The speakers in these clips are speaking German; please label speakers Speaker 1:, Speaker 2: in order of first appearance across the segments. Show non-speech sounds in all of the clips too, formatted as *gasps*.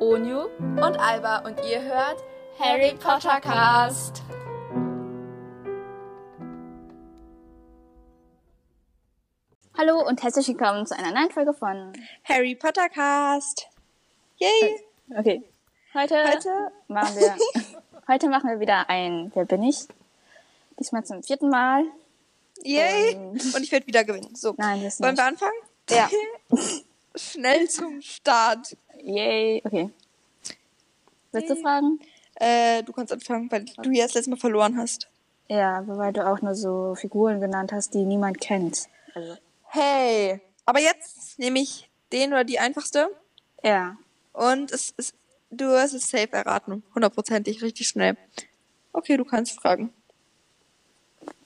Speaker 1: Onyu und Alba und ihr hört Harry Potter Cast.
Speaker 2: Hallo und herzlich willkommen zu einer neuen Folge von
Speaker 1: Harry Potter Cast.
Speaker 2: Äh,
Speaker 1: Yay!
Speaker 2: Okay. Heute,
Speaker 1: Heute?
Speaker 2: machen *laughs* wir heute machen wir wieder ein Wer bin ich? Diesmal zum vierten Mal.
Speaker 1: Yay! Und ich werde wieder gewinnen. So.
Speaker 2: Nein, das
Speaker 1: Wollen
Speaker 2: nicht.
Speaker 1: wir anfangen?
Speaker 2: Ja.
Speaker 1: *laughs* Schnell zum Start.
Speaker 2: Yay. Okay. Willst du fragen?
Speaker 1: Äh, du kannst anfangen, weil du ja das letzte Mal verloren hast.
Speaker 2: Ja, aber weil du auch nur so Figuren genannt hast, die niemand kennt. Also,
Speaker 1: Hey! Aber jetzt nehme ich den oder die einfachste
Speaker 2: ja.
Speaker 1: und es ist, du hast es safe erraten. Hundertprozentig, richtig schnell. Okay, du kannst fragen.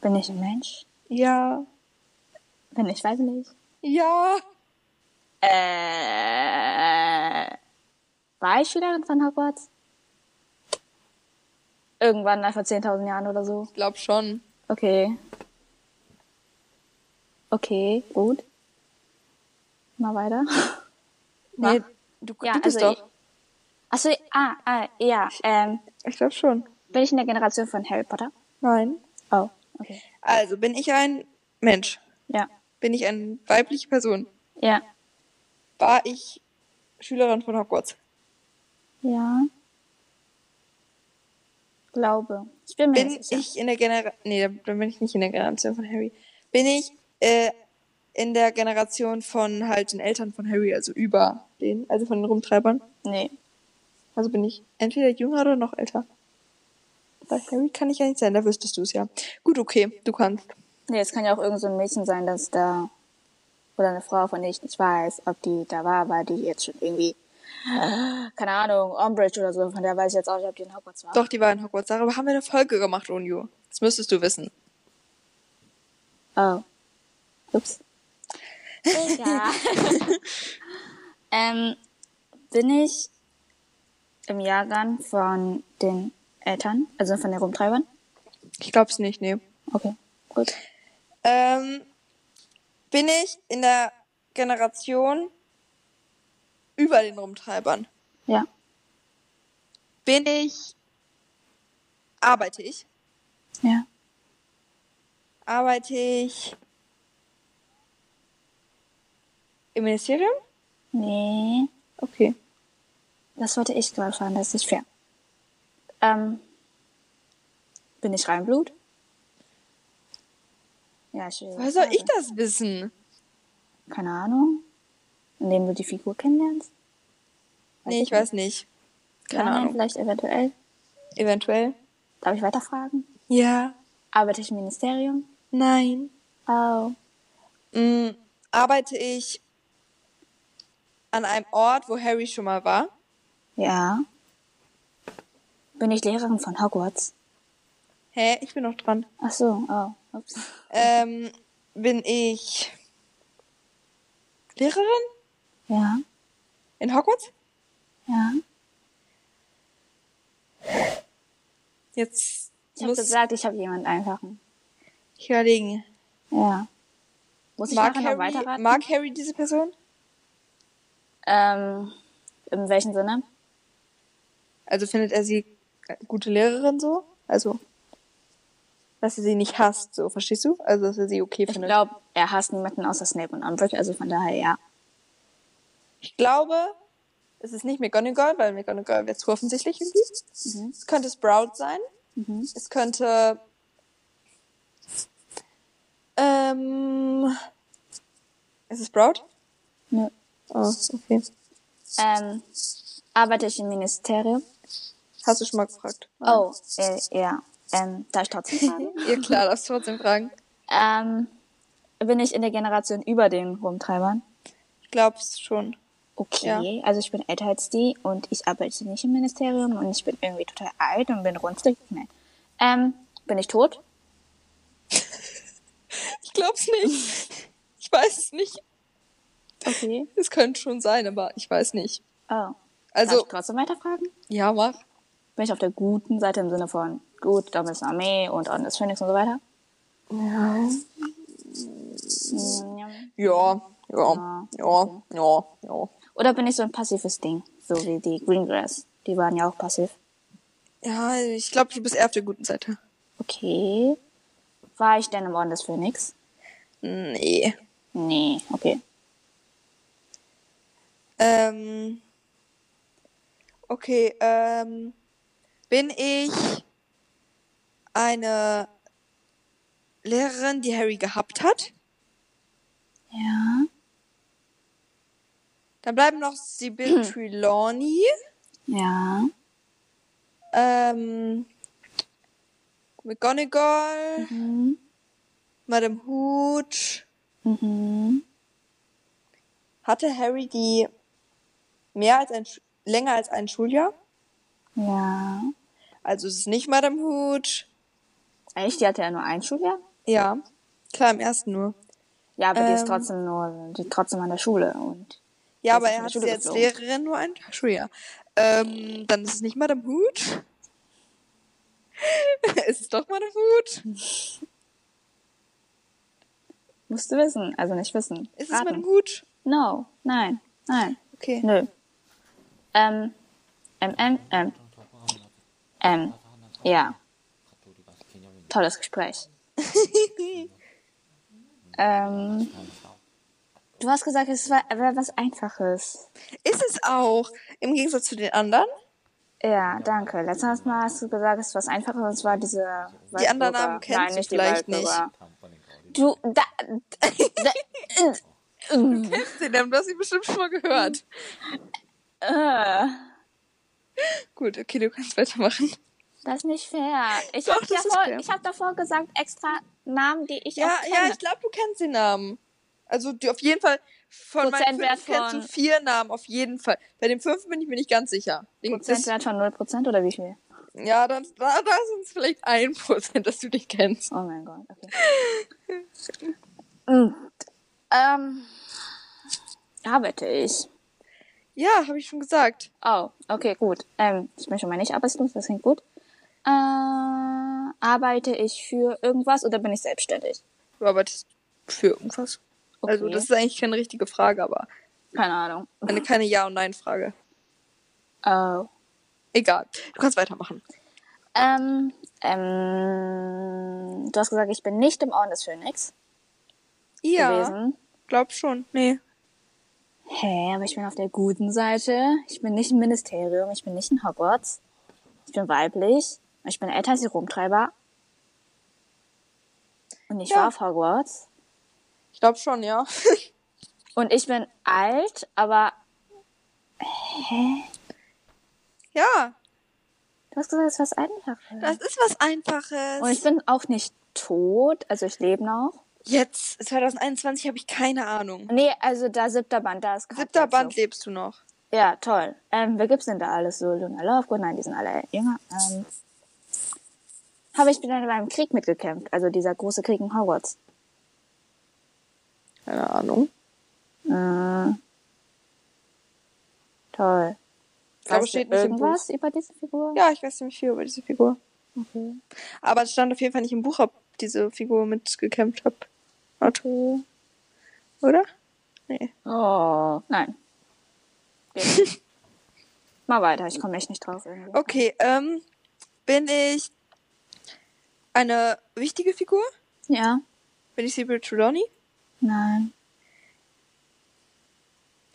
Speaker 2: Bin ich ein Mensch?
Speaker 1: Ja.
Speaker 2: Bin ich weiblich?
Speaker 1: Ja.
Speaker 2: Äh, war ich Schülerin von Hogwarts? Irgendwann mal vor 10.000 Jahren oder so.
Speaker 1: Ich glaube schon.
Speaker 2: Okay. Okay, gut. Mal weiter. Mach.
Speaker 1: Nee, du
Speaker 2: Ja,
Speaker 1: ja,
Speaker 2: also
Speaker 1: doch.
Speaker 2: Achso, ah, ah, ja. Ähm,
Speaker 1: Ich glaube schon.
Speaker 2: bin ich in der Generation von Harry Potter?
Speaker 1: Nein.
Speaker 2: Oh, okay.
Speaker 1: Also, bin ich ein Mensch?
Speaker 2: Ja,
Speaker 1: Bin ich eine weibliche Person?
Speaker 2: ja,
Speaker 1: War ich Schülerin von Hogwarts?
Speaker 2: ja. Glaube. Ich bin mir
Speaker 1: Bin
Speaker 2: nicht sicher.
Speaker 1: ich in der Generation... Nee, dann bin ich nicht in der Generation von Harry. Bin ich äh, in der Generation von halt den Eltern von Harry, also über den, also von den Rumtreibern?
Speaker 2: Nee.
Speaker 1: Also bin ich entweder jünger oder noch älter. Bei Harry kann ich ja nicht sein, da wüsstest du es ja. Gut, okay, du kannst.
Speaker 2: Nee, es kann ja auch irgend so ein Mädchen sein, das da. Oder eine Frau, von der ich nicht weiß, ob die da war, weil die jetzt schon irgendwie. Keine Ahnung, Umbridge oder so, von der weiß ich jetzt auch nicht, ob die in Hogwarts war.
Speaker 1: Doch, die war in Hogwarts. Darüber haben wir eine Folge gemacht, Onio. Das müsstest du wissen.
Speaker 2: Oh. Ups. Egal. ähm, bin ich im Jahrgang von den Eltern, also von den Rumtreibern?
Speaker 1: Ich glaub's nicht, nee.
Speaker 2: Okay, gut.
Speaker 1: Ähm, bin ich in der Generation über den Rumtreibern?
Speaker 2: Ja,
Speaker 1: Bin ich. Arbeite ich?
Speaker 2: ja,
Speaker 1: Arbeite ich. Im Ministerium?
Speaker 2: nee.
Speaker 1: Okay.
Speaker 2: Das wollte ich gerade fahren, das ist nicht fair. Ähm, bin ich Reinblut? Ja, ich will.
Speaker 1: Woher soll ich das wissen?
Speaker 2: Keine Ahnung. Indem du die Figur kennenlernst?
Speaker 1: Nee, ich weiß nicht. Keine
Speaker 2: Keine Ahnung.
Speaker 1: Ahnung.
Speaker 2: Vielleicht eventuell.
Speaker 1: Eventuell?
Speaker 2: Darf ich weiterfragen?
Speaker 1: Ja.
Speaker 2: Arbeite ich im Ministerium?
Speaker 1: Nein.
Speaker 2: Oh.
Speaker 1: Mm, arbeite ich an einem Ort, wo Harry schon mal war?
Speaker 2: Ja. Bin ich Lehrerin von Hogwarts?
Speaker 1: Hä? Ich bin noch dran.
Speaker 2: Ach so, oh. Ups.
Speaker 1: Ähm, bin ich Lehrerin
Speaker 2: Ja,
Speaker 1: in Hogwarts?
Speaker 2: ja.
Speaker 1: Jetzt
Speaker 2: Ich habe
Speaker 1: muss
Speaker 2: gesagt, ich habe jemanden einfachen.
Speaker 1: ich überlegen.
Speaker 2: Ja. Muss ich
Speaker 1: Mag
Speaker 2: nachher noch
Speaker 1: Harry,
Speaker 2: weiterraten?
Speaker 1: mag Harry diese Person?
Speaker 2: Ähm, in welchem Sinne?
Speaker 1: Also findet er sie äh, gute Lehrerin so? Also, dass er sie nicht hasst, so, verstehst du? Also, dass er sie okay
Speaker 2: Ich
Speaker 1: findet.
Speaker 2: glaube, er hasst niemanden außer Snape und Umbridge, also von daher ja.
Speaker 1: Ich glaube, es ist nicht McGonagall, weil McGonagall wäre zu offensichtlich irgendwie. Es könnte Sprout sein. Es könnte. Ähm. Ist es Sprout?
Speaker 2: Nö.
Speaker 1: Oh, okay.
Speaker 2: Ähm, arbeite ich im Ministerium?
Speaker 1: Hast du schon mal gefragt?
Speaker 2: Oh, äh, ja. Ähm, darf ich
Speaker 1: *laughs*
Speaker 2: trotzdem fragen?
Speaker 1: Ja, klar, darfst du trotzdem fragen.
Speaker 2: ähm, bin ich in der Generation über den Rumtreibern?
Speaker 1: Ich glaub's schon.
Speaker 2: Okay, also ich bin älter als die und ich arbeite nicht im Ministerium und ich bin irgendwie total alt und bin runzlig. Nein. Ähm, bin ich tot?
Speaker 1: Ich glaub's nicht. Ich weiß es nicht.
Speaker 2: Okay.
Speaker 1: Es könnte schon sein, aber ich weiß nicht.
Speaker 2: Oh. Darf
Speaker 1: Also,
Speaker 2: ich trotzdem weiterfragen?
Speaker 1: ja, mach.
Speaker 2: Bin ich auf der guten Seite im Sinne von gut, Dom ist eine Armee und Orden ist Phoenix und so weiter? Ja.
Speaker 1: Ja, ja, ja, ja, ja.
Speaker 2: Hm, Oder bin ich so ein passives Ding? so wie die Greengrass. Die waren ja auch passiv.
Speaker 1: Ja, ich glaube, du bist eher auf der guten Seite.
Speaker 2: Okay. War ich denn im Orden des Phönix?
Speaker 1: Nee.
Speaker 2: Nee, okay.
Speaker 1: Ähm, okay, ähm, bin ich eine Lehrerin, die Harry gehabt hat?
Speaker 2: Ja.
Speaker 1: Dann bleiben noch Sibyl Trelawney.
Speaker 2: Ja.
Speaker 1: ähm, McGonagall,
Speaker 2: Mhm.
Speaker 1: Madame Hood.
Speaker 2: Mhm.
Speaker 1: Hatte Harry die mehr als ein, Sch- länger als ein Schuljahr?
Speaker 2: Ja.
Speaker 1: Also es ist nicht Madame Hood.
Speaker 2: Echt? Die hatte ja nur ein Schuljahr?
Speaker 1: Ja, klar, im ersten nur.
Speaker 2: Ja, aber die ist
Speaker 1: Ähm.
Speaker 2: trotzdem nur, die ist trotzdem an der Schule und.
Speaker 1: Ja,
Speaker 2: Ist
Speaker 1: aber er
Speaker 2: sie von der
Speaker 1: hat
Speaker 2: Schule
Speaker 1: sie als
Speaker 2: geflogen?
Speaker 1: Lehrerin nur ein Schuljahr. Ähm, dann ist es nicht Madame Hood. *laughs* ist es doch Madame Hood?
Speaker 2: Musst du wissen, also nicht wissen.
Speaker 1: Ist es
Speaker 2: Raten.
Speaker 1: Madame Hood?
Speaker 2: No, nein, nein,
Speaker 1: Okay.
Speaker 2: nö. Ähm, ähm, ähm, ähm, ähm, ja. Tolles Gespräch. *laughs* ähm, du hast gesagt, es war, war was Einfaches.
Speaker 1: Ist es auch, im Gegensatz zu den anderen?
Speaker 2: Ja, danke. Letztes Mal hast du gesagt, es ist was Einfaches und zwar diese Waldbürger.
Speaker 1: Die anderen Namen kennst
Speaker 2: Nein,
Speaker 1: du
Speaker 2: nicht die
Speaker 1: vielleicht nicht.
Speaker 2: Waldbürger.
Speaker 3: 그
Speaker 2: Du, *laughs* da, da,
Speaker 1: *laughs*
Speaker 2: Mhm.
Speaker 1: Kennst du denn? Du hast sie bestimmt schon mal gehört.
Speaker 2: äh,
Speaker 1: Gut, okay, du kannst weitermachen.
Speaker 2: das ist nicht fair. Ich
Speaker 1: Doch,
Speaker 2: habe
Speaker 1: das ist fair.
Speaker 2: davor, ich hab davor gesagt, extra Namen, die ich
Speaker 1: Ja,
Speaker 2: auch
Speaker 1: ja,
Speaker 2: kenne.
Speaker 1: ich glaube, du kennst den Namen. Also die, auf jeden Fall, von meinen
Speaker 2: Prozentwert
Speaker 1: fünf kennst du
Speaker 2: von-
Speaker 1: vier Namen, auf jeden Fall. Bei den fünf bin ich mir nicht ganz sicher. Den- Das,
Speaker 2: Prozentwert von 0% oder wie viel?
Speaker 1: ja, dann *laughs* da, da sind es vielleicht ein Prozent, dass du den kennst.
Speaker 2: Oh mein Gott, okay.
Speaker 1: *laughs*
Speaker 2: Mm. ähm, arbeite ich.
Speaker 1: Ja, habe ich schon gesagt.
Speaker 2: Oh, okay, gut. Ähm, ich bin schon mal nicht arbeitslos, das klingt gut. Äh, arbeite ich für irgendwas oder bin ich selbstständig?
Speaker 1: Du arbeitest für irgendwas.
Speaker 2: Okay.
Speaker 1: Also das ist eigentlich keine richtige Frage, aber
Speaker 2: Keine Ahnung.
Speaker 1: eine keine Ja- und Nein-Frage.
Speaker 2: Oh.
Speaker 1: Egal, du kannst weitermachen.
Speaker 2: Ähm, ähm, du hast gesagt, ich bin nicht im Orden des Phönix
Speaker 1: Ja,
Speaker 2: gewesen.
Speaker 1: glaub schon. Nee.
Speaker 2: Hä, aber ich bin auf der guten Seite. Ich bin nicht im Ministerium, ich bin nicht in Hogwarts. Ich bin weiblich. Ich bin älter als die Rumtreiber. Und ich
Speaker 1: Ja.
Speaker 2: war auf Hogwarts.
Speaker 1: Ich glaube schon, ja.
Speaker 2: Und ich bin alt, aber
Speaker 1: ja,
Speaker 2: du hast gesagt, es ist was Einfaches.
Speaker 1: das ist was Einfaches.
Speaker 2: Und ich bin auch nicht tot, also ich lebe noch.
Speaker 1: Jetzt, 2021, habe ich keine Ahnung.
Speaker 2: Nee, also da siebter Band, da ist gerade
Speaker 1: Siebter
Speaker 2: jetzt so.
Speaker 1: Band lebst du noch.
Speaker 2: Ja, toll. Ähm, wer gibt's denn da alles so? Luna Lovegood? Nein, die sind alle jünger. Ähm, habe ich dann beim Krieg mitgekämpft, also dieser große Krieg in Hogwarts.
Speaker 1: Keine Ahnung.
Speaker 2: Mm. Toll.
Speaker 1: Ich glaube,
Speaker 2: Weißt
Speaker 1: steht
Speaker 2: du
Speaker 1: nicht im Buch.
Speaker 2: irgendwas über diese Figur?
Speaker 1: Ja, ich weiß ziemlich viel über diese Figur.
Speaker 2: Okay.
Speaker 1: Aber es stand auf jeden Fall nicht im Buch, ob diese Figur mitgekämpft hat. Otto. Oder? Nee.
Speaker 2: Oh, nein. Geht. *laughs* Mal weiter, ich komme echt nicht drauf. Irgendwie.
Speaker 1: Okay, ähm, bin ich eine wichtige Figur?
Speaker 2: Ja,
Speaker 1: Bin ich Sibyl Trelawney?
Speaker 2: nein.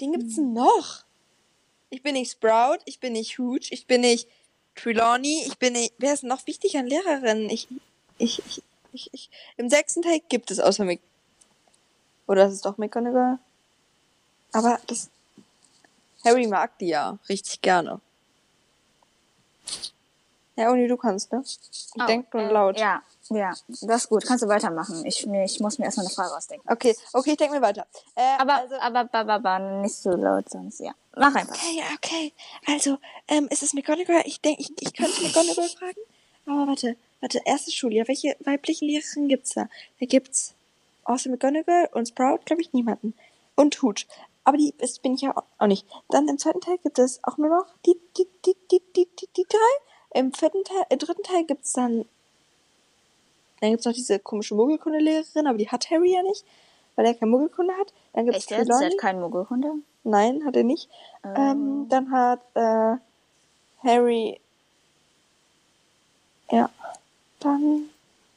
Speaker 1: Den gibt's denn noch? Mhm. Ich bin nicht Sprout, ich bin nicht Hooch, ich bin nicht Trelawney, ich bin nicht. Wer ist denn noch wichtig an Lehrerinnen? Ich, ich, ich, ich, ich. Im sechsten Teil gibt es außer Mc. Oder ist es doch McGonagall? Aber das. Harry mag die ja richtig gerne. Ja, Uni, du kannst, ne? Ich
Speaker 2: Oh,
Speaker 1: denk nur
Speaker 2: ähm,
Speaker 1: laut.
Speaker 2: Ja, ja, das ist gut. Kannst du weitermachen. Ich, mir, ich muss mir erstmal eine Frage ausdenken.
Speaker 1: Okay, okay, ich denk mir weiter. Äh,
Speaker 2: Aber,
Speaker 1: also-
Speaker 2: aber, aber, aber, nicht so laut sonst, ja. Mach einfach.
Speaker 1: Okay, ja, okay. Also, ähm, ist es McGonagall? Ich denke, ich, ich könnte McGonagall fragen. Aber warte, warte, erstes Schuljahr. Welche weiblichen Lehrerinnen gibt's da? Da gibt's außer McGonagall und Sprout, glaube ich, niemanden. Und Hooch. Aber die ist, bin ich ja au- auch nicht. Dann im zweiten Teil gibt es auch nur noch die, die, die, die, die, die, die drei. Im vierten Teil, äh, dritten Teil gibt's dann. Dann gibt's noch diese komische Muggelkunde-Lehrerin, aber die hat Harry ja nicht, weil er keine Muggelkunde hat. Dann gibt's
Speaker 2: Echt jetzt? Sie
Speaker 1: Trelawney.
Speaker 2: hat keinen Muggelhunde?
Speaker 1: Nein, hat er nicht. Ähm, dann hat äh, Harry. Ja. Dann.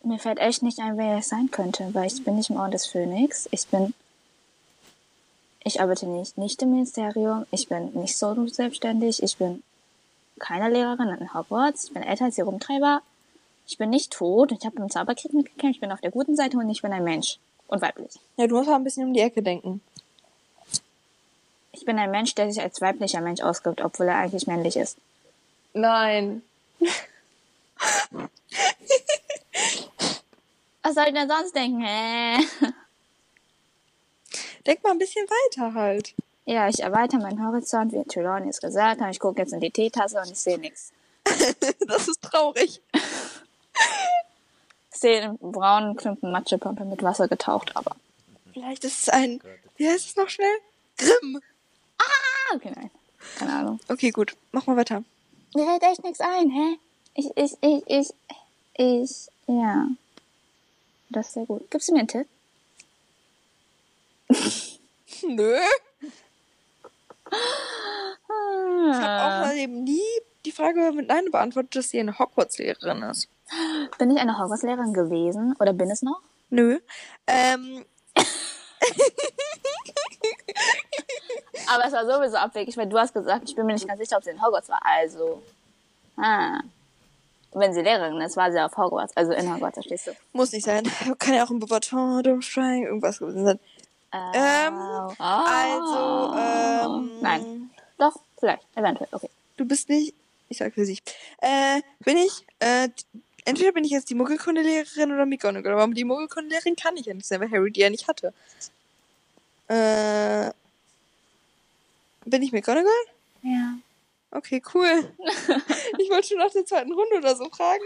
Speaker 2: Mir fällt echt nicht ein, wer es sein könnte, weil ich bin nicht im Orden des Phönix. Ich bin. Ich arbeite nicht, nicht im Ministerium. Ich bin nicht so selbstständig. Ich bin keine Lehrerin an Hogwarts. Ich bin älter als ihr Rumtreiber. Ich bin nicht tot. Ich habe im Zauberkrieg mitgekämpft. Ich bin auf der guten Seite und ich bin ein Mensch. Und weiblich.
Speaker 1: Ja, du musst mal ein bisschen um die Ecke denken.
Speaker 2: Ich bin ein Mensch, der sich als weiblicher Mensch ausgibt, obwohl er eigentlich männlich ist.
Speaker 1: Nein.
Speaker 2: Was soll ich denn sonst denken? Hä?
Speaker 1: Denk mal ein bisschen weiter halt. *laughs*
Speaker 2: Ja, ich erweitere meinen Horizont, wie Trelawney es gesagt hat. Ich gucke jetzt in die Teetasse und ich sehe nichts.
Speaker 1: das ist traurig.
Speaker 2: Ich sehe einen braunen Klumpen Matschepampe mit Wasser getaucht, aber.
Speaker 1: Vielleicht ist es ein. Wie heißt es noch schnell? Grimm.
Speaker 2: Ah, okay, nein. Keine Ahnung.
Speaker 1: Okay, gut. Mach mal weiter. *laughs*
Speaker 2: Mir fällt echt nichts ein, hä? Ich, ich, ich, ich, ich, ja. Das ist sehr gut. Gibst du mir einen Tipp?
Speaker 1: Nö. Ich habe auch
Speaker 2: Ah.
Speaker 1: mal eben nie die Frage mit Nein beantwortet, dass sie eine Hogwarts-Lehrerin ist.
Speaker 2: Bin ich eine Hogwarts-Lehrerin gewesen? Oder bin es noch?
Speaker 1: Nö. Ähm,
Speaker 2: Aber es war sowieso abwegig, weil du hast gesagt, ich bin mir nicht ganz sicher, ob sie in Hogwarts war. Also, ah. Wenn sie Lehrerin ist, war sie auf Hogwarts. Also in Hogwarts, verstehst du?
Speaker 1: muss nicht sein. *laughs* Kann ja auch ein Bobaton, Domschwein, irgendwas gewesen sein. Ähm, Also, ähm,
Speaker 2: Oh. Nein. Doch, vielleicht. Eventuell, okay.
Speaker 1: Du bist nicht. Ich sag für sich. Äh, bin ich. Äh, entweder bin ich jetzt die Muggelkundelehrerin oder McGonagall. Aber die Muggelkundelehrerin kann ich ja nicht sein, weil Harry die ja nicht hatte. Äh. Bin ich McGonagall?
Speaker 2: Ja.
Speaker 1: Okay,
Speaker 2: *laughs*
Speaker 1: cool. ich wollte schon nach der zweiten Runde oder so fragen.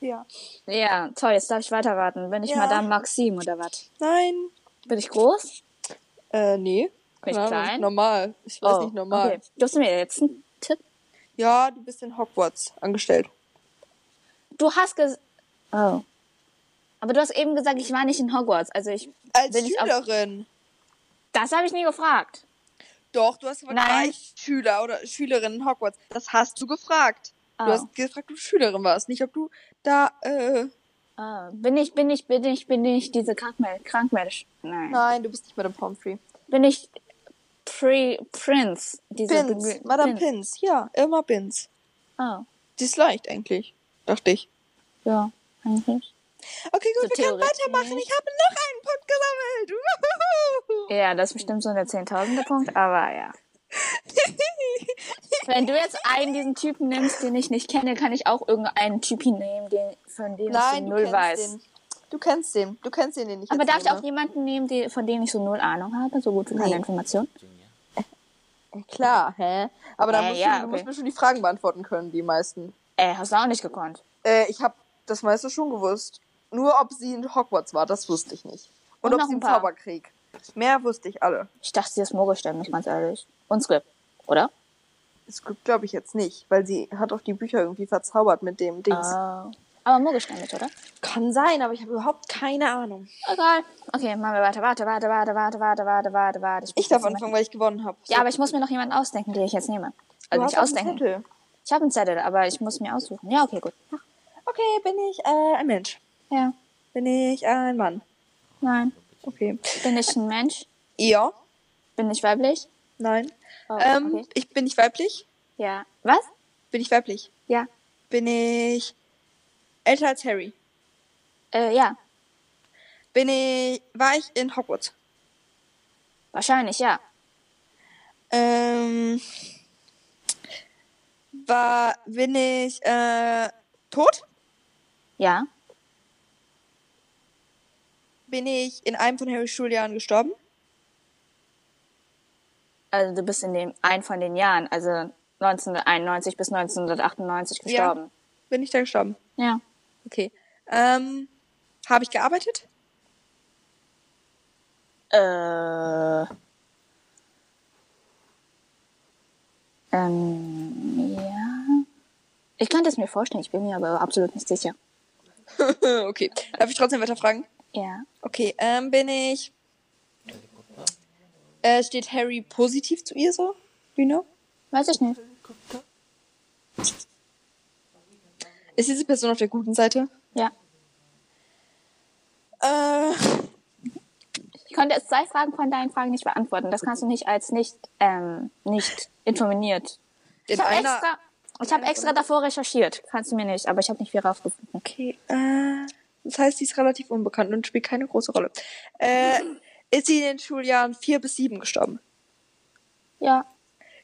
Speaker 1: Ja.
Speaker 2: Ja, toll, jetzt darf ich weiterraten. Bin ich
Speaker 1: Ja.
Speaker 2: Madame Maxim oder was?
Speaker 1: Nein.
Speaker 2: Bin ich groß?
Speaker 1: Äh, nee.
Speaker 2: Bin ich
Speaker 1: Keine Ahnung,
Speaker 2: klein? Oh,
Speaker 1: Normal. Ich weiß nicht normal.
Speaker 2: Okay. Gibst du mir jetzt einen Tipp?
Speaker 1: Ja, du bist in Hogwarts angestellt.
Speaker 2: Du hast ges... Oh. Aber du hast eben gesagt, ich war nicht in Hogwarts. Also ich...
Speaker 1: Als
Speaker 2: bin ich auf...
Speaker 1: Schülerin.
Speaker 2: Das habe ich nie gefragt.
Speaker 1: Doch, du hast aber
Speaker 2: Nein.
Speaker 1: gleich Schüler oder Schülerin in Hogwarts. Das hast du gefragt.
Speaker 2: Oh.
Speaker 1: Du hast gefragt, ob du Schülerin warst, nicht ob du da, äh,
Speaker 2: Ah, bin ich, bin ich, bin ich, bin ich diese Krankmel Krankmeldisch? Nein.
Speaker 1: nein, du bist nicht Madame Pomfrey.
Speaker 2: Bin ich Pri Prince? Diese
Speaker 1: Pins,
Speaker 2: Bi-
Speaker 1: Also, Madame
Speaker 2: Prinz.
Speaker 1: Pins, ja, Irma Pins.
Speaker 2: Oh,
Speaker 1: Die ist leicht eigentlich, dachte ich.
Speaker 2: ja, eigentlich.
Speaker 1: Okay, gut,
Speaker 2: So
Speaker 1: wir können
Speaker 2: theoretisch
Speaker 1: weitermachen. Ich habe noch einen Punkt gesammelt. Wuhu.
Speaker 2: Ja, das ist bestimmt so der Zehntausende Punkt, aber ja. Wenn du jetzt einen diesen Typen nimmst, den ich nicht kenne, kann ich auch irgendeinen Typen nehmen, den, von dem ich
Speaker 1: Nein,
Speaker 2: so
Speaker 1: du
Speaker 2: null
Speaker 1: kennst
Speaker 2: weiß.
Speaker 1: den. Du kennst den. Du kennst den, den ich
Speaker 2: Aber
Speaker 1: jetzt
Speaker 2: darf ich auch
Speaker 1: nehme.
Speaker 2: jemanden nehmen, die, von dem ich so null Ahnung habe, so gut wie keine
Speaker 1: Nee.
Speaker 2: Information?
Speaker 1: Klar, hä? Aber da
Speaker 2: Äh,
Speaker 1: musst
Speaker 2: ja,
Speaker 1: du, du musst
Speaker 2: okay.
Speaker 1: mir schon die Fragen beantworten können, die meisten.
Speaker 2: Äh, hast du auch nicht gekonnt.
Speaker 1: Äh, ich habe das meiste schon gewusst. Nur ob sie in Hogwarts war, das wusste ich nicht. Und,
Speaker 2: Und
Speaker 1: ob
Speaker 2: noch
Speaker 1: sie
Speaker 2: ein
Speaker 1: im
Speaker 2: paar.
Speaker 1: Zauberkrieg. Mehr wusste ich alle.
Speaker 2: Ich dachte, sie ist Mogelstämmig, ganz ehrlich. Und Script, oder?
Speaker 1: Das glaube ich jetzt nicht, weil sie hat auch die Bücher irgendwie verzaubert mit dem Dings.
Speaker 2: Oh. Aber Mogelstämmig, oder?
Speaker 1: Kann sein, aber ich habe überhaupt keine Ahnung.
Speaker 2: Egal. Okay, machen wir weiter, warte, warte, warte, warte, warte, warte, warte, warte. muss
Speaker 1: Ich darf
Speaker 2: jetzt jemanden-
Speaker 1: anfangen, weil ich gewonnen habe.
Speaker 2: Ja, aber ich muss mir noch jemanden ausdenken, den ich jetzt nehme. Also nicht ausdenken. Ich habe einen Zettel, aber ich muss mir aussuchen. Ja, okay, gut.
Speaker 1: Okay, bin ich äh, ein Mensch?
Speaker 2: Ja,
Speaker 1: Bin ich ein Mann?
Speaker 2: nein.
Speaker 1: Okay.
Speaker 2: Bin ich ein Mensch?
Speaker 1: Ja?
Speaker 2: Bin ich weiblich?
Speaker 1: Nein.
Speaker 2: Oh,
Speaker 1: ähm,
Speaker 2: okay.
Speaker 1: ich bin ich weiblich?
Speaker 2: Ja. Was?
Speaker 1: Bin ich weiblich?
Speaker 2: Ja.
Speaker 1: Bin ich älter als Harry?
Speaker 2: Äh, ja.
Speaker 1: Bin ich war ich in Hogwarts?
Speaker 2: Wahrscheinlich, ja.
Speaker 1: Ähm, war, bin ich äh, tot?
Speaker 2: Ja.
Speaker 1: Bin ich in einem von Harrys Schuljahren gestorben?
Speaker 2: Also du bist in dem einen von den Jahren, also 1991 bis 1998 gestorben.
Speaker 1: Bin ich da gestorben?
Speaker 2: Ja. ja.
Speaker 1: Okay. Ähm, Habe ich gearbeitet? *laughs*
Speaker 2: Äh. Ähm, ja. Ich könnte es mir vorstellen, ich bin mir aber absolut nicht sicher.
Speaker 1: okay. Darf ich trotzdem weiter fragen?
Speaker 2: Ja.
Speaker 1: Okay, ähm, bin ich. Äh, steht Harry positiv zu ihr so? You know?
Speaker 2: Weiß ich nicht.
Speaker 1: Ist diese Person auf der guten Seite?
Speaker 2: Ja.
Speaker 1: Äh,
Speaker 2: Ich konnte jetzt zwei Fragen von deinen Fragen nicht beantworten. Das kannst du nicht als nicht, ähm, nicht informiert.
Speaker 1: in
Speaker 2: ich habe
Speaker 1: einer.
Speaker 2: extra, ich hab extra davor recherchiert. Kannst du mir nicht, aber ich habe nicht viel rausgefunden.
Speaker 1: Okay, äh, das heißt, sie ist relativ unbekannt und spielt keine große Rolle. Äh, ist sie in den Schuljahren 4 bis 7 gestorben?
Speaker 2: Ja,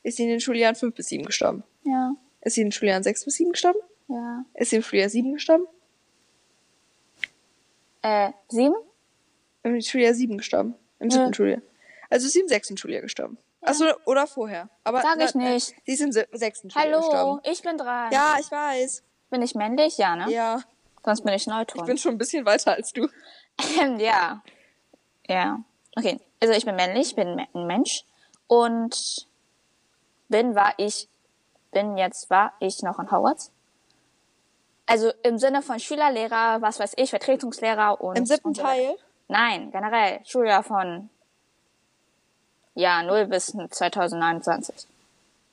Speaker 1: Ist sie in den Schuljahren 5 bis 7 gestorben?
Speaker 2: ja,
Speaker 1: Ist sie in den Schuljahren 6 bis 7 gestorben?
Speaker 2: ja.
Speaker 1: Ist sie im Schuljahr 7 gestorben?
Speaker 2: Äh, sieben?
Speaker 1: Im Schuljahr 7 gestorben. Im
Speaker 2: Ja.
Speaker 1: siebten Schuljahr. Also ist sie im sechsten Schuljahr gestorben. Achso, oder vorher. Aber äh,
Speaker 2: Sag ich nicht.
Speaker 1: Sie ist im sieb- sechsten Schuljahr
Speaker 2: Hallo,
Speaker 1: gestorben.
Speaker 2: ich bin dran.
Speaker 1: Ja, ich weiß.
Speaker 2: Bin ich männlich? Ja, ne?
Speaker 1: Ja,
Speaker 2: Sonst bin ich
Speaker 1: ich
Speaker 2: Neutron.
Speaker 1: bin schon ein bisschen weiter als du.
Speaker 2: Ähm, ja. Ja. Okay. Also ich bin männlich, bin me- ein Mensch und bin, war ich, bin jetzt, war ich noch in Hogwarts. Also im Sinne von Schüler, Lehrer, was weiß ich, Vertretungslehrer und...
Speaker 1: Im siebten
Speaker 2: und so weiter.
Speaker 1: Teil.
Speaker 2: Nein, generell. Schuljahr von ja, 0 bis 2029.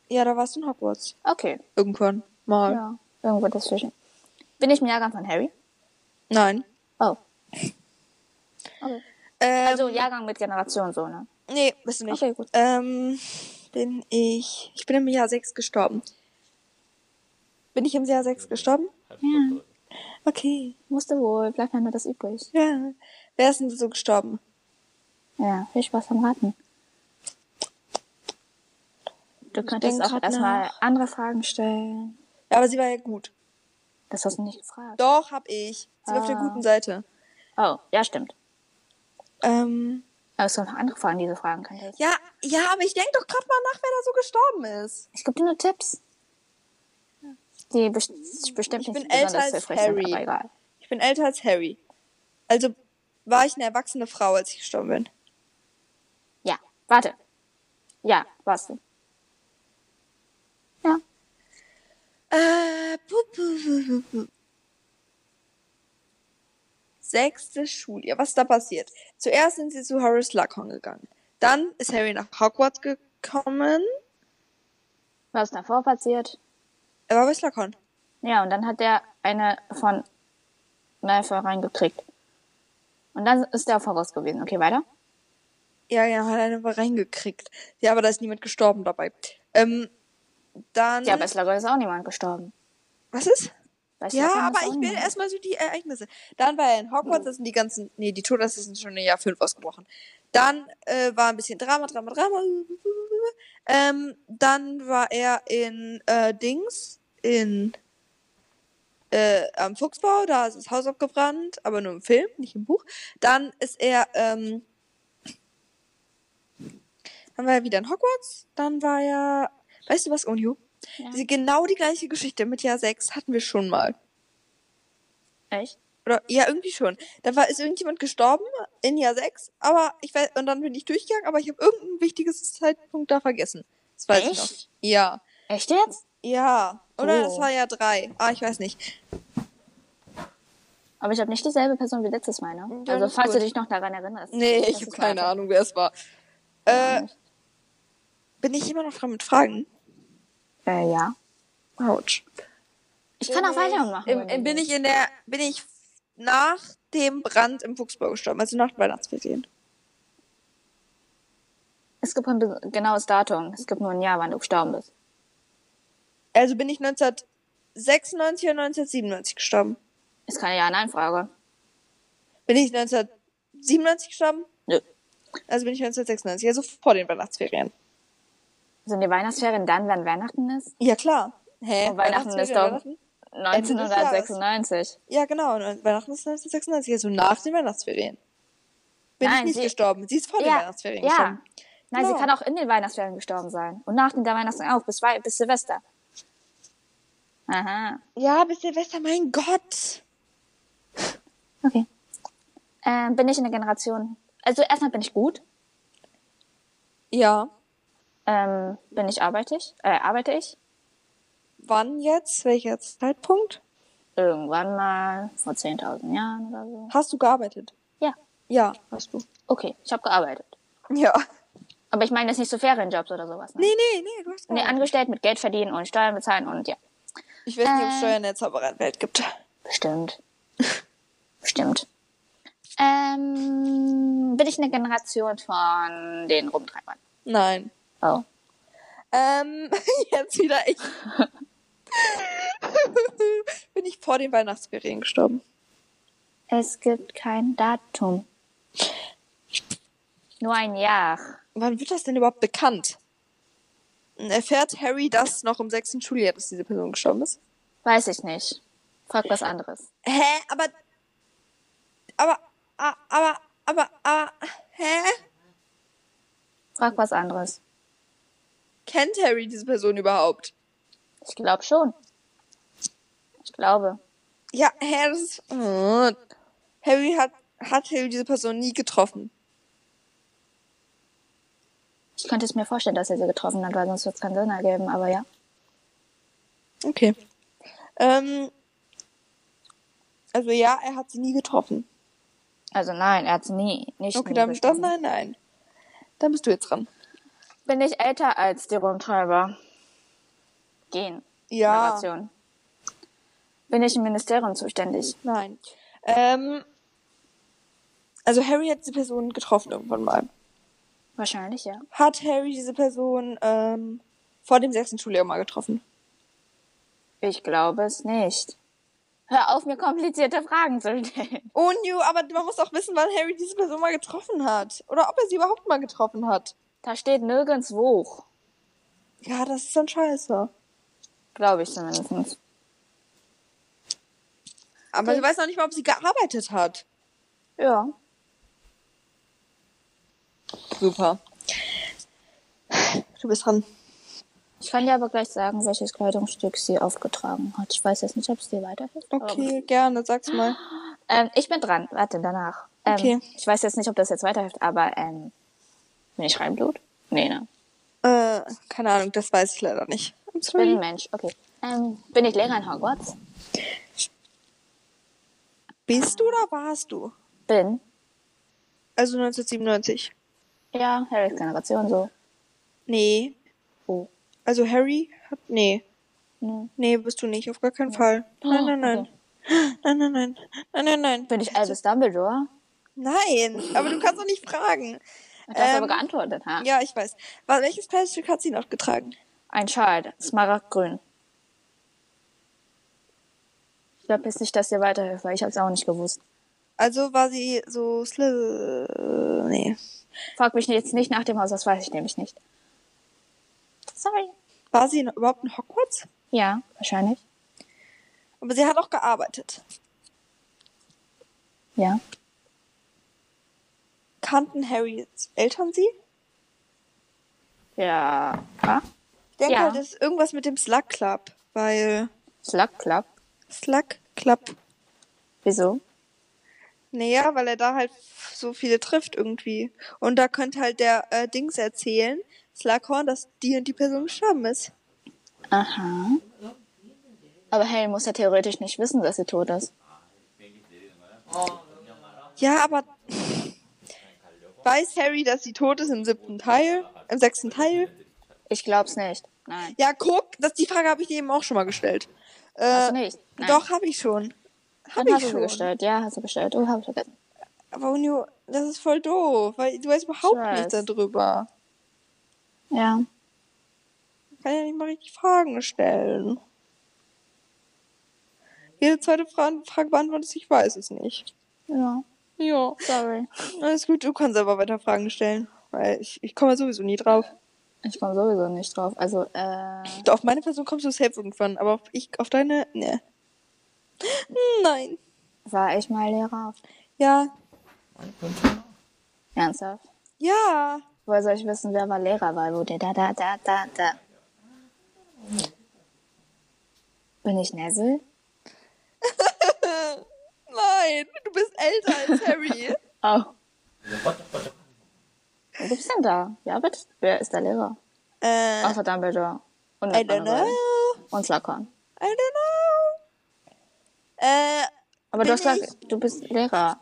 Speaker 1: Ja, da warst du in Hogwarts.
Speaker 2: Okay.
Speaker 1: Irgendwann. Mal.
Speaker 2: Ja. Irgendwo dazwischen. Bin ich im Jahrgang von Harry?
Speaker 1: Nein.
Speaker 2: Oh.
Speaker 1: Ähm,
Speaker 2: Also Jahrgang mit Generation so, ne?
Speaker 1: Nee, bist du nicht.
Speaker 2: Okay, gut.
Speaker 1: Ähm, bin ich. Ich bin im Jahr 6 gestorben. Bin ich im Jahr 6 gestorben?
Speaker 2: Ja.
Speaker 1: Okay.
Speaker 2: Musste wohl, bleibt mir nur das übrig.
Speaker 1: Ja. Wer ist denn so gestorben?
Speaker 2: Ja, viel Spaß beim Raten. Du könntest
Speaker 1: denk
Speaker 2: auch
Speaker 1: grad
Speaker 2: erstmal andere Fragen stellen.
Speaker 1: Ja, aber sie war ja gut.
Speaker 2: Das hast du nicht gefragt.
Speaker 1: Doch, hab ich. Sie war auf der
Speaker 2: Ah.
Speaker 1: guten Seite.
Speaker 2: Oh, ja, stimmt.
Speaker 1: Ähm,
Speaker 2: Aber es gibt noch andere Fragen, die du fragen könntest.
Speaker 1: ja, ja, aber ich denk doch gerade mal nach, wer da so gestorben ist.
Speaker 2: Ich gebe dir nur Tipps. Die best bestimmt
Speaker 1: bin
Speaker 2: nicht
Speaker 1: älter
Speaker 2: besonders
Speaker 1: als
Speaker 2: hilfreich sind,
Speaker 1: Harry.
Speaker 2: aber egal.
Speaker 1: Ich bin älter als Harry. Also war ich eine erwachsene Frau, als ich gestorben bin.
Speaker 2: Ja, warte. Ja, warst du. Ja.
Speaker 1: Äh, bu, bu, bu, bu, bu. Sechstes Schuljahr. Was ist da passiert? Zuerst sind sie zu Horace Luckhorn gegangen. Dann ist Harry nach Hogwarts gekommen.
Speaker 2: Was ist davor passiert?
Speaker 1: Er war Horace Luckhorn.
Speaker 2: Ja, und dann hat er eine von Malfoy reingekriegt. Und dann ist der voraus gewesen. Okay, weiter.
Speaker 1: Ja, ja, hat er aber reingekriegt. Ja, aber da ist niemand gestorben dabei. Ähm, dann.
Speaker 2: Ja, bei Slugger ist auch niemand gestorben.
Speaker 1: was ist?
Speaker 2: Bei
Speaker 1: Ja,
Speaker 2: Slughorn ist
Speaker 1: aber
Speaker 2: auch
Speaker 1: ich will
Speaker 2: niemand. Oh.
Speaker 1: erstmal so die Ereignisse. Dann war er in Hogwarts, das sind die ganzen, nee, die Todesser sind schon im Jahr 5 ausgebrochen. Dann äh, war ein bisschen Drama, Drama, Drama. Ähm, dann war er in äh, Dings, in äh, am Fuchsbau, da ist das Haus abgebrannt, aber nur im Film, nicht im Buch. Dann ist er, ähm, dann war er wieder in Hogwarts, dann war er, weißt du was, Onio?
Speaker 2: Ja.
Speaker 1: Diese Genau die gleiche Geschichte mit Jahr 6 hatten wir schon mal.
Speaker 2: Echt?
Speaker 1: Oder ja, irgendwie schon. Da war ist irgendjemand gestorben in Jahr 6, aber ich weiß, und dann bin ich durchgegangen, aber ich habe irgendein wichtiges Zeitpunkt da vergessen. Das weiß ich noch.
Speaker 2: Echt?
Speaker 1: Ja.
Speaker 2: Echt jetzt?
Speaker 1: Ja. Oder
Speaker 2: Oh.
Speaker 1: das war Jahr 3. Ah, ich weiß nicht.
Speaker 2: Aber ich habe nicht dieselbe Person wie letztes Mal, ne?
Speaker 1: Ja,
Speaker 2: also
Speaker 1: das ist
Speaker 2: falls du
Speaker 1: gut.
Speaker 2: dich noch daran erinnerst.
Speaker 1: Nee,
Speaker 2: Das
Speaker 1: ich
Speaker 2: ist
Speaker 1: habe keine
Speaker 2: warte.
Speaker 1: Ahnung, wer es war. Äh, bin ich immer noch dran mit Fragen?
Speaker 2: Äh, ja.
Speaker 1: Autsch.
Speaker 2: Ich kann auch weitermachen.
Speaker 1: Im,
Speaker 2: wenn
Speaker 1: im,
Speaker 2: du
Speaker 1: bin ich
Speaker 2: willst.
Speaker 1: in der bin ich nach dem Brand im Fuchsbau gestorben, also nach den Weihnachtsferien.
Speaker 2: Es gibt ein be- genaues Datum. Es gibt nur ein Jahr, wann du gestorben bist.
Speaker 1: Also bin ich 1996 oder 1997 gestorben.
Speaker 2: Ist keine Ja-Nein-Frage.
Speaker 1: Bin ich 1997 gestorben?
Speaker 2: Nö.
Speaker 1: Also bin ich 1996, also vor den Weihnachtsferien.
Speaker 2: Sind die Weihnachtsferien dann, wenn Weihnachten ist?
Speaker 1: Ja, klar. Hä?
Speaker 2: Und Weihnachten ist
Speaker 1: Weihnachtsferien,
Speaker 2: doch-
Speaker 1: Weihnachten? Äh,
Speaker 2: 1996.
Speaker 1: Ja, genau. und Weihnachten ist 1996, also nach den Weihnachtsferien. Bin
Speaker 2: Nein,
Speaker 1: ich nicht
Speaker 2: sie-
Speaker 1: gestorben. Sie ist vor den
Speaker 2: Ja,
Speaker 1: Weihnachtsferien
Speaker 2: ja.
Speaker 1: gestorben.
Speaker 2: Nein,
Speaker 1: Genau.
Speaker 2: sie kann auch in den Weihnachtsferien gestorben sein. Und nach den Weihnachtsferien auch, bis, Wei- bis Silvester. Aha.
Speaker 1: Ja, bis Silvester, mein Gott.
Speaker 2: Okay. Ähm, bin ich in der Generation. Also erstmal bin ich gut.
Speaker 1: Ja.
Speaker 2: Ähm, bin ich arbeite ich? Äh, arbeite ich?
Speaker 1: Wann jetzt? Welcher Zeitpunkt?
Speaker 2: Irgendwann mal vor 10.000 Jahren oder so.
Speaker 1: Hast du gearbeitet?
Speaker 2: Ja.
Speaker 1: Ja, hast du.
Speaker 2: Okay, ich habe gearbeitet.
Speaker 1: Ja.
Speaker 2: Aber ich meine jetzt nicht so Ferienjobs oder sowas.
Speaker 1: *laughs*
Speaker 2: Ne?
Speaker 1: Nee, nee, nee, du hast
Speaker 2: Nee, angestellt mit Geld verdienen und Steuern bezahlen und ja.
Speaker 1: Ich weiß nicht, ob es
Speaker 2: Äh.
Speaker 1: Steuern in der Zauberernwelt gibt.
Speaker 2: *laughs* Bestimmt. Bestimmt. Ähm, bin ich eine Generation von den Rumtreibern.
Speaker 1: Nein.
Speaker 2: Oh.
Speaker 1: Ähm, *laughs* jetzt wieder ich. *laughs* Bin ich vor den Weihnachtsferien gestorben.
Speaker 2: Es gibt kein Datum. Nur ein Jahr.
Speaker 1: Wann wird das denn überhaupt bekannt? Erfährt Harry das noch im sechsten Schuljahr, dass diese Person gestorben ist?
Speaker 2: Weiß ich nicht. Frag was anderes.
Speaker 1: Hä? Aber. Aber. a- Aber. Aber. aber hä?
Speaker 2: Frag was anderes.
Speaker 1: Kennt Harry diese Person überhaupt?
Speaker 2: Ich glaube schon. Ich glaube.
Speaker 1: Ja, hä? Das ist. Äh. Harry hat, hat Harry diese Person nie getroffen.
Speaker 2: Ich könnte es mir vorstellen, dass er sie getroffen hat, weil sonst wird es keinen Sinn ergeben, aber ja.
Speaker 1: Okay. Ähm, also ja, er hat sie nie getroffen.
Speaker 2: Also nein, er hat sie nie. Nicht
Speaker 1: Okay,
Speaker 2: nie
Speaker 1: dann, dann
Speaker 2: geschossen.
Speaker 1: nein, nein. Dann bist du jetzt dran.
Speaker 2: Bin ich älter als die Rumtreiber? Gen.
Speaker 1: Ja.
Speaker 2: Generation. Bin ich im Ministerium zuständig?
Speaker 1: Nein. Ähm, also Harry hat diese Person getroffen irgendwann mal.
Speaker 2: Wahrscheinlich, ja.
Speaker 1: Hat Harry diese Person ähm, vor dem sechsten Schuljahr mal getroffen?
Speaker 2: Ich glaube es nicht. Hör auf, mir komplizierte Fragen zu stellen.
Speaker 1: Oh, new, aber man muss auch wissen, wann Harry diese Person mal getroffen hat. Oder ob er sie überhaupt mal getroffen hat.
Speaker 2: Da steht nirgends wo.
Speaker 1: Ja, das ist dann scheiße.
Speaker 2: Glaube ich zumindest.
Speaker 1: Aber du weißt noch nicht mal, ob sie gearbeitet hat.
Speaker 2: Ja.
Speaker 1: Super. Du bist dran.
Speaker 2: Ich kann dir aber gleich sagen, welches Kleidungsstück sie aufgetragen hat. Ich weiß jetzt nicht, ob es dir weiterhilft. aber-
Speaker 1: Okay, gerne, sag's mal.
Speaker 2: Ähm, ich bin dran. Warte, danach. Ähm,
Speaker 1: Okay.
Speaker 2: Ich weiß jetzt nicht, ob das jetzt weiterhilft, aber ähm, bin ich Reinblut? Nee, ne?
Speaker 1: Äh, keine Ahnung, das weiß ich leider nicht. I'm
Speaker 2: Ich bin ein
Speaker 1: sorry.
Speaker 2: Mensch. Okay. Ähm, bin ich Lehrer in Hogwarts?
Speaker 1: Bist du oder warst du?
Speaker 2: Bin.
Speaker 1: Also 1997.
Speaker 2: Ja, Harrys Generation so.
Speaker 1: Nee.
Speaker 2: Oh. Hm.
Speaker 1: Also Harry hat. Nee.
Speaker 2: Nee.
Speaker 1: Nee, bist du nicht, auf gar keinen Fall. Nein, nein, nein. *gasps* Nein, nein, nein. Nein, nein, nein.
Speaker 2: Bin ich Albus Dumbledore?
Speaker 1: Nein, aber du kannst doch nicht fragen.
Speaker 2: Du hast
Speaker 1: Ähm,
Speaker 2: aber geantwortet, ha?
Speaker 1: Ja, ich weiß. Wa- Welches Kleidungsstück hat sie noch getragen?
Speaker 2: Ein Schal, Smaragdgrün. Ich glaube jetzt nicht, dass dir weiterhilft, weil ich hab's auch nicht gewusst.
Speaker 1: Also war sie so sl... Nee.
Speaker 2: Frag mich jetzt nicht nach dem Haus, das weiß ich nämlich nicht. Sorry.
Speaker 1: War sie noch überhaupt in Hogwarts?
Speaker 2: Ja, wahrscheinlich.
Speaker 1: Aber sie hat auch gearbeitet.
Speaker 2: Ja.
Speaker 1: Kannten Harrys Eltern sie?
Speaker 2: Ja. Ah,
Speaker 1: Ich denke
Speaker 2: Ja.
Speaker 1: halt, das ist irgendwas mit dem Slug Club, weil
Speaker 2: Slack, klack.
Speaker 1: Slug Club,
Speaker 2: Wieso?
Speaker 1: naja, weil er da halt so viele trifft irgendwie. Und da könnte halt der äh, Dings erzählen, Slughorn, dass die und die Person gestorben ist.
Speaker 2: Aha. Aber Harry muss ja theoretisch nicht wissen, dass sie tot ist.
Speaker 1: Ja, aber *laughs* weiß Harry, dass sie tot ist im siebten Teil, im sechsten Teil?
Speaker 2: Ich glaub's nicht. Nein.
Speaker 1: Ja, guck, das, die Frage habe ich dir eben auch schon mal gestellt. Äh,
Speaker 2: Hast du nicht? Nein.
Speaker 1: Doch, habe ich schon.
Speaker 2: Dann
Speaker 1: Habe ich
Speaker 2: hast du sie
Speaker 1: schon.
Speaker 2: gestellt. Ja, hast du gestellt. Oh, hab ich vergessen.
Speaker 1: Aber Unio, das ist voll doof, weil du weißt überhaupt
Speaker 2: Ich weiß.
Speaker 1: nichts darüber.
Speaker 2: Ja.
Speaker 1: kann ja nicht mal richtig Fragen stellen. Jede zweite Frage, Frage beantwortet, ich weiß es nicht.
Speaker 2: Ja.
Speaker 1: Ja.
Speaker 2: Sorry.
Speaker 1: Alles gut, du kannst aber weiter Fragen stellen. Weil ich, ich komme ja sowieso nie drauf.
Speaker 2: Ich komme sowieso nicht drauf. Also, äh,
Speaker 1: Auf meine Person kommst du safe irgendwann, aber auf, ich, auf deine, ne. Nein.
Speaker 2: war ich mal Lehrer?
Speaker 1: Ja.
Speaker 2: Ernsthaft?
Speaker 1: Ja.
Speaker 2: Woher soll ich wissen, wer mal Lehrer war? Wo der da, da, da, da, da. Bin ich Nessel?
Speaker 1: Nein, du bist älter als Harry.
Speaker 2: Oh. Wer gibt's denn da? Ja, bitte. Wer ist der Lehrer?
Speaker 1: äh,
Speaker 2: Außer Dumbledore. Und
Speaker 1: I don't know.
Speaker 2: Und Slughorn.
Speaker 1: I don't know. Äh,
Speaker 2: Aber
Speaker 1: Bin
Speaker 2: du hast gesagt, du bist Lehrer.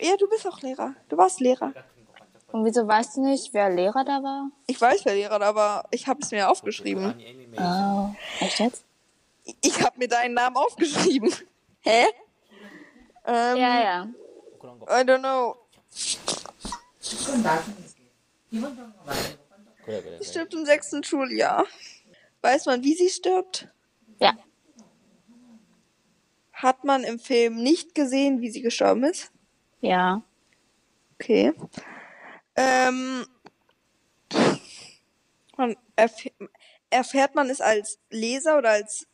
Speaker 1: ja, du bist auch Lehrer. Du warst Lehrer.
Speaker 2: Und wieso weißt du nicht, wer Lehrer da war?
Speaker 1: Ich weiß, wer Lehrer da war. Ich habe es mir aufgeschrieben.
Speaker 2: Oh, echt jetzt?
Speaker 1: Ich habe mir deinen Namen aufgeschrieben. Hä? Ähm,
Speaker 2: Ja, ja.
Speaker 1: I don't know.
Speaker 3: 그래 그래.
Speaker 1: Sie stirbt im sechsten Schuljahr. Weiß man, wie sie stirbt?
Speaker 2: Ja.
Speaker 1: Hat man im Film nicht gesehen, wie sie gestorben ist?
Speaker 2: Ja.
Speaker 1: Okay. Ähm, man erf erfährt man es als Leser oder als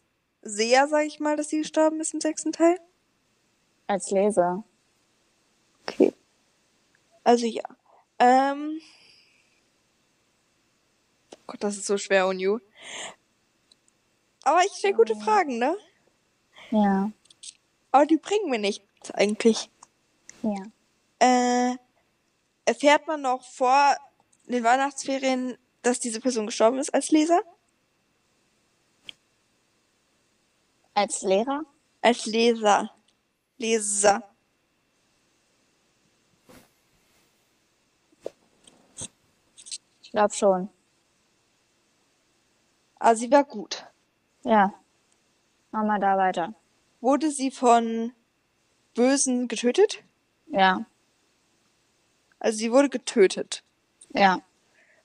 Speaker 1: Seher, sag ich mal, dass sie gestorben ist im sechsten Teil?
Speaker 2: Als Leser.
Speaker 1: Okay. Also ja. Ähm. Oh Gott, das ist so schwer, Unju. Aber ich stelle gute Fragen, ne?
Speaker 2: Ja.
Speaker 1: Aber die bringen mir nichts eigentlich.
Speaker 2: Ja.
Speaker 1: Äh, erfährt man noch vor den Weihnachtsferien, dass diese Person gestorben ist als Leser?
Speaker 2: Als Lehrer?
Speaker 1: Als Leser. Leser.
Speaker 2: Ich glaube schon.
Speaker 1: Ah, sie war gut.
Speaker 2: Ja. Machen wir da weiter.
Speaker 1: Wurde sie von Bösen getötet?
Speaker 2: Ja.
Speaker 1: Also sie wurde getötet.
Speaker 2: Ja.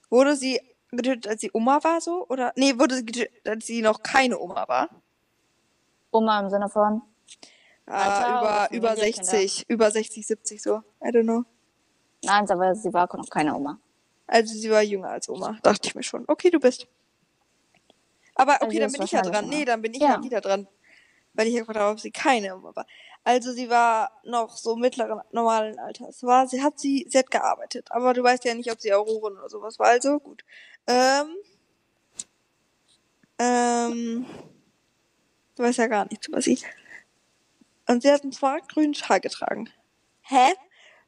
Speaker 1: Wurde sie getötet, als sie Oma war, so? Oder? Nee, wurde sie getötet, als sie noch keine Oma war.
Speaker 2: Oma im Sinne von? Alter,
Speaker 1: Ah,
Speaker 2: oder
Speaker 1: über, über
Speaker 2: Familienkinder.
Speaker 1: 60, über 60, 70, so. I don't know.
Speaker 2: Nein, aber sie war noch keine Oma.
Speaker 1: Also sie war jünger als Oma, dachte ich mir schon. Okay, du bist. Aber okay,
Speaker 2: sie
Speaker 1: dann
Speaker 2: ist
Speaker 1: bin ich ja
Speaker 2: wahrscheinlich
Speaker 1: dran.
Speaker 2: Oma.
Speaker 1: Nee, dann bin ich ja,
Speaker 2: Ja.
Speaker 1: wieder dran. Weil ich ja gefragt habe, ob sie keine Oma war. Also sie war noch so mittleren, normalen Alters. War, sie hat sie, sie hat gearbeitet. Aber du weißt ja nicht, ob sie Auroren oder sowas war. Also gut. Ähm, ähm, du weißt ja gar nichts über sie. Und sie hat einen smaragdgrünen Schal getragen. Hä?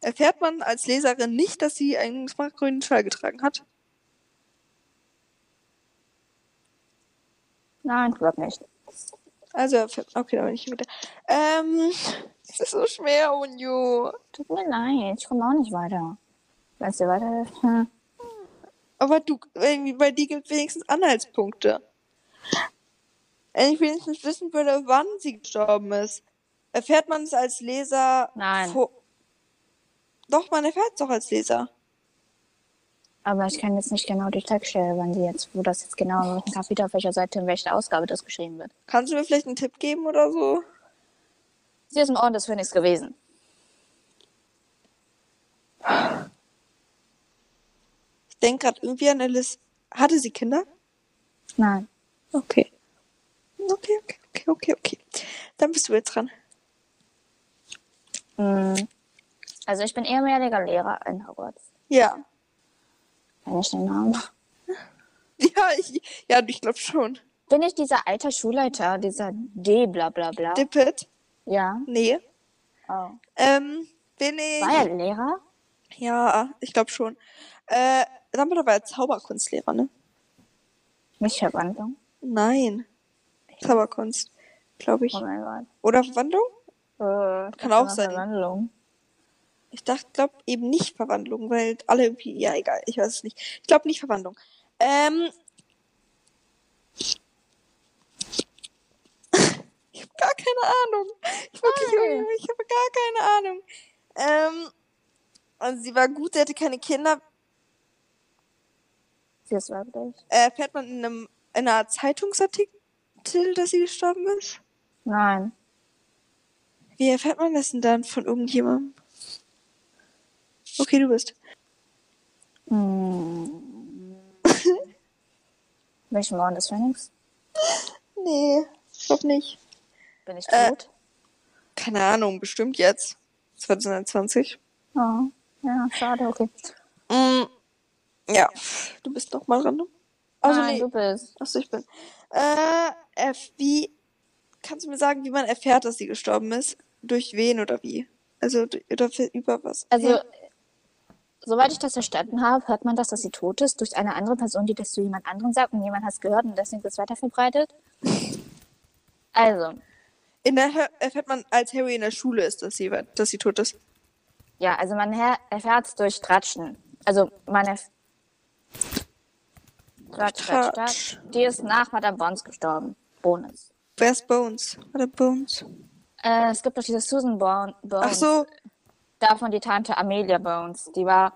Speaker 1: Erfährt man als Leserin nicht, dass sie einen smaragdgrünen Schal getragen hat?
Speaker 2: Nein, glaube nicht.
Speaker 1: Also, erfährt- okay, da bin ich schon wieder. Ähm, es ist so schwer, Unju.
Speaker 2: Tut mir leid, ich komme auch nicht weiter. Wenn es dir weiterhilft. Hm.
Speaker 1: Aber du, irgendwie, bei dir gibt wenigstens Anhaltspunkte. Wenn ich wenigstens wissen würde, wann sie gestorben ist, erfährt man es als Leser
Speaker 2: Nein.
Speaker 1: vor- Doch, man erfährt es doch als Leser.
Speaker 2: Aber ich kann jetzt nicht genau die Textstelle, wann die jetzt, wo das jetzt genau in welchem Kapitel, auf welcher Seite, in welcher Ausgabe das geschrieben wird.
Speaker 1: Kannst du mir vielleicht einen Tipp geben oder so?
Speaker 2: Sie ist im Orden des Phönix gewesen.
Speaker 1: Ich denke gerade irgendwie an Alice. Hatte sie Kinder?
Speaker 2: Nein.
Speaker 1: Okay. Okay, okay, okay, okay, okay. Dann bist du jetzt dran.
Speaker 2: Hm. Also ich bin ehemaliger Lehrer in Hogwarts.
Speaker 1: Ja. *laughs*
Speaker 2: Wenn ich den Namen.
Speaker 1: Ja, ich, ja, ich glaube schon.
Speaker 2: Bin ich dieser alte Schulleiter, dieser D bla bla bla?
Speaker 1: Dippet?
Speaker 2: ja.
Speaker 1: Nee.
Speaker 2: Oh.
Speaker 1: Ähm, bin ich.
Speaker 2: War er Lehrer?
Speaker 1: Ja, ich glaube schon. Äh, Dumbledore war ja Zauberkunstlehrer, ne?
Speaker 2: Nicht Verwandlung.
Speaker 1: Nein. Zauberkunst, glaube ich.
Speaker 2: Oh mein Gott.
Speaker 1: Oder Verwandlung?
Speaker 2: Äh,
Speaker 1: Kann auch
Speaker 2: das war
Speaker 1: sein.
Speaker 2: Verwandlung.
Speaker 1: Ich dachte, glaube eben nicht Verwandlung, weil alle irgendwie. Ja, egal, ich weiß es nicht. Ich glaube nicht Verwandlung. Ähm. *laughs* Ich habe gar keine Ahnung. Ich, wirklich,
Speaker 2: Nein.
Speaker 1: ich habe gar keine Ahnung. Ähm. Also sie war gut, sie hatte keine Kinder.
Speaker 2: Sie ist weiblich.
Speaker 1: Äh, erfährt man in, einem, in einer Zeitungsartikel, dass sie gestorben ist?
Speaker 2: Nein.
Speaker 1: Wie erfährt man das denn dann von irgendjemandem? Okay, du bist.
Speaker 2: Hm. Bin ich im Orden des Phönix?
Speaker 1: Nee, ich glaub nicht.
Speaker 2: Bin ich
Speaker 1: Äh.
Speaker 2: tot?
Speaker 1: Keine Ahnung, bestimmt jetzt. 2021.
Speaker 2: Oh. Ja, schade, okay.
Speaker 1: Mm, ja, du bist noch mal dran. ne? Also
Speaker 2: Nein, du
Speaker 1: nee,
Speaker 2: bist.
Speaker 1: achso, ich bin. Äh, F, wie, kannst du mir sagen, wie man erfährt, dass sie gestorben ist? Durch wen oder wie? Also, du- oder für- über was?
Speaker 2: Also, soweit ich das verstanden habe, hört man das, dass sie tot ist, durch eine andere Person, die das zu jemand anderem sagt und jemand hat es gehört und deswegen wird es weiter verbreitet. Also,
Speaker 1: In der, Hör- erfährt man, als Harry in der Schule ist, dass sie, dass sie tot ist.
Speaker 2: ja, also man erfährt es durch Tratschen. Also meine Stadt, Stadt, Stadt. Die ist nach Madame Bones gestorben. Bonus.
Speaker 1: Wer ist Bones? Oder Bones?
Speaker 2: Äh, es gibt doch diese Susan Bon- Bones.
Speaker 1: Ach so,
Speaker 2: Davon die Tante Amelia Bones. Die war,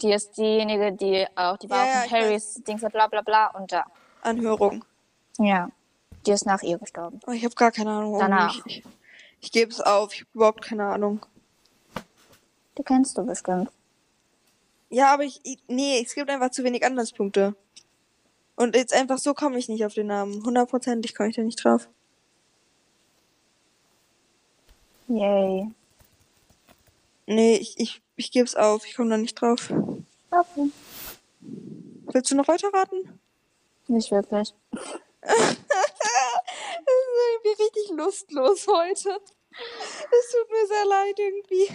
Speaker 2: die ist diejenige, die auch, die
Speaker 1: Ja,
Speaker 2: war auch
Speaker 1: ja,
Speaker 2: in
Speaker 1: ich
Speaker 2: Harrys Dings, bla bla bla und da.
Speaker 1: Anhörung.
Speaker 2: Ja. Die ist nach ihr gestorben.
Speaker 1: Oh, ich habe gar keine Ahnung. warum
Speaker 2: Danach.
Speaker 1: Ich, ich, ich gebe es auf. Ich habe überhaupt keine Ahnung.
Speaker 2: Die kennst du bestimmt.
Speaker 1: Ja, aber ich, ich. Nee, es gibt einfach zu wenig Anlasspunkte. Und jetzt einfach so komme ich nicht auf den Namen. Hundertprozentig komme ich da nicht drauf.
Speaker 2: Yay.
Speaker 1: Nee, ich, ich, ich gebe es auf. Ich komme da nicht drauf.
Speaker 2: Okay.
Speaker 1: Willst du noch weiter raten?
Speaker 2: Nicht wirklich.
Speaker 1: *laughs* Das ist irgendwie richtig lustlos heute. Es tut mir sehr leid irgendwie.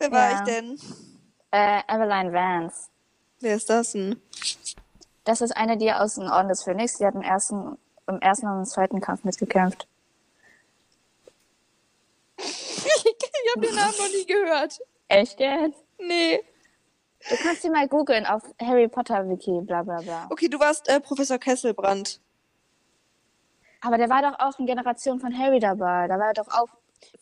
Speaker 1: Wer war
Speaker 2: Ja.
Speaker 1: ich denn?
Speaker 2: Äh, Eveline Vance.
Speaker 1: Wer ist das denn?
Speaker 2: Das ist eine, die aus dem Orden des Phönix. Die hat im ersten, im ersten und im zweiten Kampf mitgekämpft.
Speaker 1: *laughs* Ich habe den Namen noch nie gehört.
Speaker 2: Echt jetzt?
Speaker 1: Nee.
Speaker 2: Du kannst sie mal googeln auf Harry Potter Wiki, bla bla bla.
Speaker 1: Okay, du warst äh, Professor Kesselbrand.
Speaker 2: Aber der war doch auch in Generation von Harry dabei. Da war er doch auch.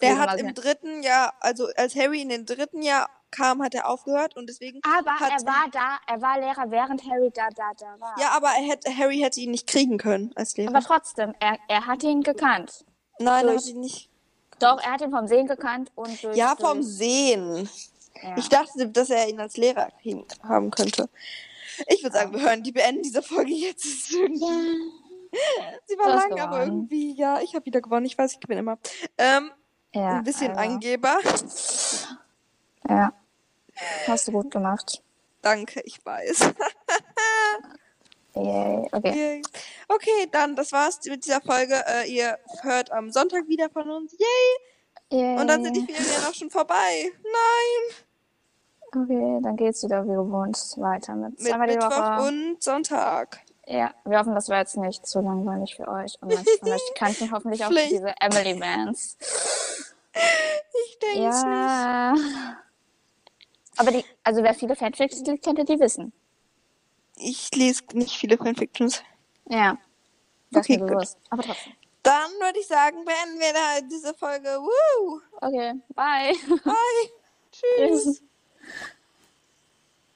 Speaker 1: Der
Speaker 2: früher mal
Speaker 1: hat im
Speaker 2: gen-
Speaker 1: dritten Jahr, also als Harry in den dritten Jahr kam, hat er aufgehört und deswegen.
Speaker 2: Aber
Speaker 1: hat-
Speaker 2: er war da, er war Lehrer, während Harry da, da, da war.
Speaker 1: Ja, aber er hätte, Harry hätte ihn nicht kriegen können als Lehrer.
Speaker 2: Aber trotzdem, er, er hat ihn gekannt.
Speaker 1: Nein, er
Speaker 2: durch-
Speaker 1: hat ihn nicht.
Speaker 2: Doch, er hat ihn vom Sehen gekannt und durch.
Speaker 1: Ja, vom
Speaker 2: durch-
Speaker 1: Sehen.
Speaker 2: Ja.
Speaker 1: Ich dachte, dass er ihn als Lehrer hin- haben könnte. Ich würde sagen, wir hören, die beenden diese Folge jetzt. Es ist irgendwie- Sie war
Speaker 2: Du hast
Speaker 1: lang, aber
Speaker 2: gewonnen.
Speaker 1: irgendwie, ja, ich habe wieder gewonnen. Ich weiß, ich gewinne immer. Ähm,
Speaker 2: ja,
Speaker 1: ein bisschen
Speaker 2: aber-
Speaker 1: Angeber.
Speaker 2: Ja. Hast du gut gemacht.
Speaker 1: Danke, ich weiß.
Speaker 2: *laughs* Yay, okay.
Speaker 1: Yay. Okay, dann, das war's mit dieser Folge. Äh, ihr hört am Sonntag wieder von uns. Yay!
Speaker 2: Yay.
Speaker 1: Und dann sind die Ferien auch schon vorbei. Nein!
Speaker 2: Okay, dann geht's wieder wie gewohnt weiter mit,
Speaker 1: Mit
Speaker 2: zweimal die Woche.
Speaker 1: Mittwoch und Sonntag.
Speaker 2: Ja, wir hoffen, das war jetzt nicht zu langweilig für euch. Und manche von euch kannten hoffentlich auch
Speaker 1: Vielleicht.
Speaker 2: diese Emily Vance.
Speaker 1: Ich denke nicht.
Speaker 2: Ja. Aber die, also wer viele Fanfics liest, könnte die wissen.
Speaker 1: Ich lese nicht viele Fanfictions.
Speaker 2: Ja. Das
Speaker 1: Okay,
Speaker 2: ist mir
Speaker 1: gut.
Speaker 2: bewusst. Aber trotzdem.
Speaker 1: Dann würde ich sagen,
Speaker 2: *laughs*
Speaker 1: beenden wir da diese Folge. Woo!
Speaker 2: Okay, bye.
Speaker 1: Bye! Tschüss!
Speaker 2: Tschüss.